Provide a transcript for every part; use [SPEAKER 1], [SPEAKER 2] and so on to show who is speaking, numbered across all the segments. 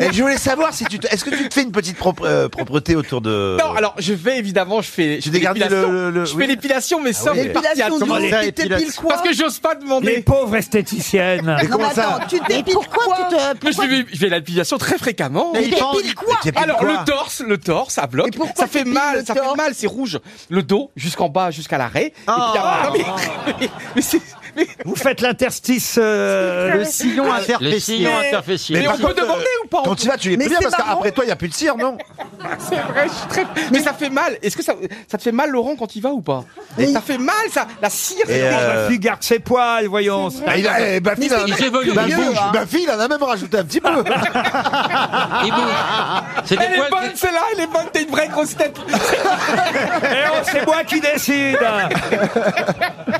[SPEAKER 1] Et Eh, je voulais savoir si tu te- est-ce que tu te fais une petite propre- euh, propreté autour de
[SPEAKER 2] Non, alors je vais évidemment, je fais, je fais
[SPEAKER 1] dégardes Euh, le-
[SPEAKER 2] l'épilation.
[SPEAKER 1] le- le-
[SPEAKER 2] je
[SPEAKER 1] oui. Ah
[SPEAKER 2] fais l'épilation, mais ça
[SPEAKER 1] oui.
[SPEAKER 2] fait partie à
[SPEAKER 3] L'épilation
[SPEAKER 2] tout
[SPEAKER 3] du
[SPEAKER 2] le monde.
[SPEAKER 3] haut, tu t'épiles quoi
[SPEAKER 2] Parce que j'ose pas
[SPEAKER 4] Les
[SPEAKER 2] demander.
[SPEAKER 4] pauvres esthéticiennes.
[SPEAKER 1] Mais
[SPEAKER 3] Non mais
[SPEAKER 1] comment ça
[SPEAKER 3] attends, tu te dépiles pourquoi tu te...
[SPEAKER 2] Mais je
[SPEAKER 3] pourquoi-
[SPEAKER 2] vais, je fais l'épilation très fréquemment.
[SPEAKER 3] tu dépiles quoi
[SPEAKER 1] Mais t'épiles
[SPEAKER 2] Alors
[SPEAKER 1] quoi
[SPEAKER 2] le torse, le torse, ça bloque.
[SPEAKER 3] Et pourquoi
[SPEAKER 2] Ça fait
[SPEAKER 3] t'épiles
[SPEAKER 2] mal,
[SPEAKER 3] le
[SPEAKER 2] ça fait
[SPEAKER 3] torse
[SPEAKER 2] mal, c'est rouge. Le dos jusqu'en bas, jusqu'à l'arrêt. Et puis
[SPEAKER 1] Ah.
[SPEAKER 2] après- non, mais, mais c'est- mais-
[SPEAKER 4] Vous faites l'interstice euh,
[SPEAKER 5] Le sillon interfessier.
[SPEAKER 2] sillon
[SPEAKER 1] Mais
[SPEAKER 2] mais
[SPEAKER 1] par
[SPEAKER 2] on peut
[SPEAKER 1] contre, euh,
[SPEAKER 2] demander ou pas on
[SPEAKER 1] Quand tu vas, tu les
[SPEAKER 3] Mais
[SPEAKER 1] bien
[SPEAKER 3] c'est
[SPEAKER 1] parce
[SPEAKER 3] marrant.
[SPEAKER 1] qu'après toi, il n'y a plus de cire, non
[SPEAKER 2] C'est vrai, je suis très. Mais ça fait mal. Est-ce que ça, ça te fait mal, Laurent, quand il va ou pas Ça fait mal, ça. La cire.
[SPEAKER 1] Et,
[SPEAKER 4] Bon,
[SPEAKER 1] euh,
[SPEAKER 4] ma fille garde ses poils, voyons.
[SPEAKER 1] Bah, il a, eh, bah, fille, il en a-
[SPEAKER 6] Ils évoluent,
[SPEAKER 1] bah,
[SPEAKER 6] ils
[SPEAKER 1] fille,
[SPEAKER 6] bougent, hein.
[SPEAKER 1] bah, fille, il en a même rajouté un petit peu.
[SPEAKER 6] ils bougent. C'est des
[SPEAKER 2] Elle est
[SPEAKER 6] poils-
[SPEAKER 2] bonne, celle-là. Elle est bonne. T'es une vraie grosse tête.
[SPEAKER 4] Eh oh, c'est moi qui décide.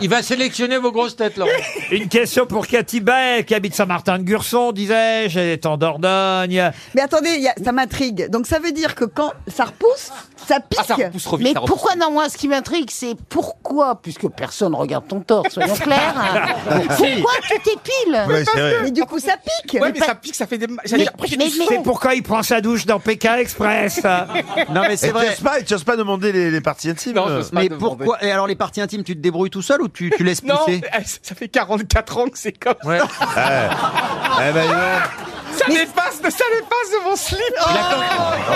[SPEAKER 6] Il va sélectionner vos grosses têtes, Laurent.
[SPEAKER 4] Une question pour Cathy Bay, qui habite Saint-Martin-de-Gurson, disais-je. Elle est en Dordogne.
[SPEAKER 3] Mais attendez, il y a- ça m'intrigue. Donc ça veut dire que quand ça repousse, ça pique.
[SPEAKER 2] Ah, ça repousse trop vite.
[SPEAKER 5] Mais
[SPEAKER 2] ça repousse.
[SPEAKER 5] pourquoi non moi ce qui m'intrigue c'est pourquoi puisque personne regarde ton torse soyons clairs
[SPEAKER 3] Ah,
[SPEAKER 5] hein, pourquoi tu t'épiles
[SPEAKER 1] Ouais, c'est vrai.
[SPEAKER 3] Mais du coup, ça pique.
[SPEAKER 2] Ouais, mais ça pique, ça fait des. mal. J'allais
[SPEAKER 5] Mais-
[SPEAKER 2] dire, après, j'ai
[SPEAKER 5] mais-
[SPEAKER 2] du sang.
[SPEAKER 5] mais-
[SPEAKER 4] C'est pourquoi il prend sa douche dans Pékin Express.
[SPEAKER 7] Non mais
[SPEAKER 1] Et
[SPEAKER 7] c'est
[SPEAKER 1] tu
[SPEAKER 7] vrai.
[SPEAKER 1] n'oses pas, tu oses pas demander les, les parties intimes.
[SPEAKER 2] Non, j'ose pas
[SPEAKER 7] Mais
[SPEAKER 2] demander.
[SPEAKER 7] pourquoi Et alors les parties intimes, tu te débrouilles tout seul ou tu, tu laisses
[SPEAKER 2] Non,
[SPEAKER 7] pousser
[SPEAKER 2] eh, ça fait 44 ans que c'est comme ça.
[SPEAKER 1] Eh ben, non.
[SPEAKER 2] Ça dépasse, de- ça dépasse de mon slip.
[SPEAKER 6] Il a,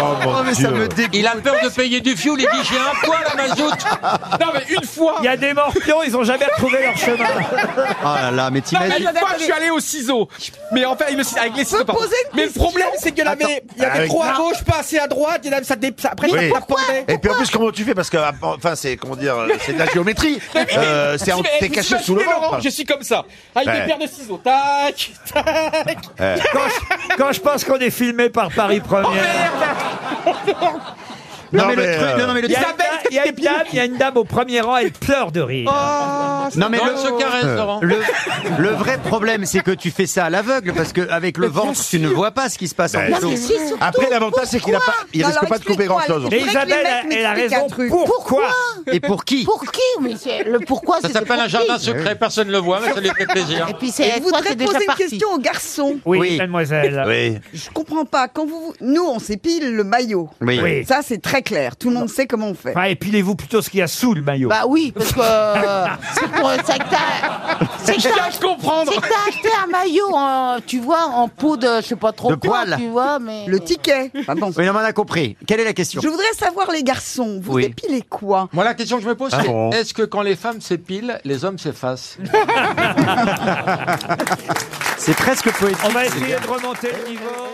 [SPEAKER 1] Oh, mon
[SPEAKER 7] Oh, mais ça
[SPEAKER 1] Dieu.
[SPEAKER 7] me dégoûte.
[SPEAKER 6] il a peur de payer du fioul. Il dit J'ai un poil à ma joute.
[SPEAKER 2] Non, mais une fois.
[SPEAKER 4] Il y a des morpions, ils ont jamais retrouvé leur chemin.
[SPEAKER 7] Ah là là, mais
[SPEAKER 2] Non, mais une
[SPEAKER 7] t'imagines
[SPEAKER 2] fois, je suis allé au ciseau. Mais en fait, avec, le ciseau- avec les ciseaux. pardon.
[SPEAKER 3] poser une
[SPEAKER 2] Mais le problème, c'est qu'il y en avait, il y avait
[SPEAKER 1] Avec-
[SPEAKER 2] trop à gauche, pas assez à droite. Il y en avait, ça dé- ça- après,
[SPEAKER 1] Oui.
[SPEAKER 2] ça pendait.
[SPEAKER 1] Et puis en plus, comment tu fais Parce que, ah, enfin, c'est comment dire, euh, c'est de la géométrie. Euh, c'est en-
[SPEAKER 2] Mais-
[SPEAKER 1] t'es
[SPEAKER 2] vous
[SPEAKER 1] caché sous le
[SPEAKER 2] imaginez, Laurent,
[SPEAKER 1] ventre.
[SPEAKER 2] Je suis comme ça. Ah, Avec
[SPEAKER 1] Ouais.
[SPEAKER 2] des paires de ciseaux. Tac, tac.
[SPEAKER 4] Quand je, quand je pense qu'on est filmé par Paris
[SPEAKER 2] Oh,
[SPEAKER 4] Première.
[SPEAKER 7] Non
[SPEAKER 1] Non,
[SPEAKER 7] mais le
[SPEAKER 1] mais,
[SPEAKER 7] truc,
[SPEAKER 1] euh,
[SPEAKER 7] non, non, mais le
[SPEAKER 4] Il y, a
[SPEAKER 7] truc-
[SPEAKER 4] une dame- il y a une dame, il y a une dame au premier rang, elle pleure de rire.
[SPEAKER 7] non, Euh. mais
[SPEAKER 6] Non,
[SPEAKER 7] le-
[SPEAKER 6] elle se caresse, Laurent.
[SPEAKER 7] Le, le vrai problème, c'est que tu fais ça à l'aveugle parce que avec le ventre, tu ne vois pas ce qui se passe en
[SPEAKER 1] Ben,
[SPEAKER 7] dessous.
[SPEAKER 5] Si, surtout,
[SPEAKER 1] Après, l'avantage, c'est qu'il a pas, il
[SPEAKER 3] Non,
[SPEAKER 1] risque
[SPEAKER 3] alors,
[SPEAKER 1] pas de couper grand
[SPEAKER 3] explique-moi,
[SPEAKER 1] chose.
[SPEAKER 4] Mais
[SPEAKER 3] faudrait que les
[SPEAKER 4] Isabelle,
[SPEAKER 3] mecs
[SPEAKER 4] elle, elle a
[SPEAKER 3] m'expliquent un
[SPEAKER 4] raison.
[SPEAKER 3] truc.
[SPEAKER 4] Pourquoi
[SPEAKER 7] Et pour qui
[SPEAKER 5] pour qui mais c'est- le pourquoi
[SPEAKER 6] Ça
[SPEAKER 5] c'était
[SPEAKER 6] s'appelle
[SPEAKER 5] pour
[SPEAKER 6] un jardin
[SPEAKER 5] qui
[SPEAKER 6] secret. Personne ne le voit, mais ça lui fait plaisir.
[SPEAKER 5] et puis
[SPEAKER 3] Et
[SPEAKER 5] c'est
[SPEAKER 3] je
[SPEAKER 5] toi
[SPEAKER 3] voudrais
[SPEAKER 5] c'est déjà
[SPEAKER 3] poser une
[SPEAKER 5] parti
[SPEAKER 3] question aux garçons.
[SPEAKER 4] Oui,
[SPEAKER 7] Oui.
[SPEAKER 4] mademoiselle.
[SPEAKER 1] Oui.
[SPEAKER 3] Je comprends pas. Quand vous, nous, on s'épile le maillot.
[SPEAKER 4] Oui.
[SPEAKER 3] Ça, c'est très clair. Tout le monde sait comment on fait.
[SPEAKER 4] Enfin, épilez-vous plutôt ce qu'il y a sous le maillot.
[SPEAKER 5] bah oui parce que euh, c'est pour ça que t'as c'est que
[SPEAKER 2] Je
[SPEAKER 5] t'as
[SPEAKER 2] viens de comprendre.
[SPEAKER 5] c'est que t'as acheté un maillot en, tu vois en peau de je sais pas trop
[SPEAKER 7] De
[SPEAKER 5] quoi
[SPEAKER 7] poil.
[SPEAKER 5] tu vois mais
[SPEAKER 3] Le ticket. Enfin, bon.
[SPEAKER 7] Oui, non, mais on a compris. Quelle est la question
[SPEAKER 3] Je voudrais savoir, les garçons, vous
[SPEAKER 7] Oui.
[SPEAKER 3] épilez quoi
[SPEAKER 6] Moi, la question que je me pose,
[SPEAKER 1] Ah
[SPEAKER 6] c'est
[SPEAKER 1] bon
[SPEAKER 6] est-ce que quand les femmes s'épilent, les hommes s'effacent
[SPEAKER 7] C'est presque poétique.
[SPEAKER 4] On va essayer de remonter le niveau.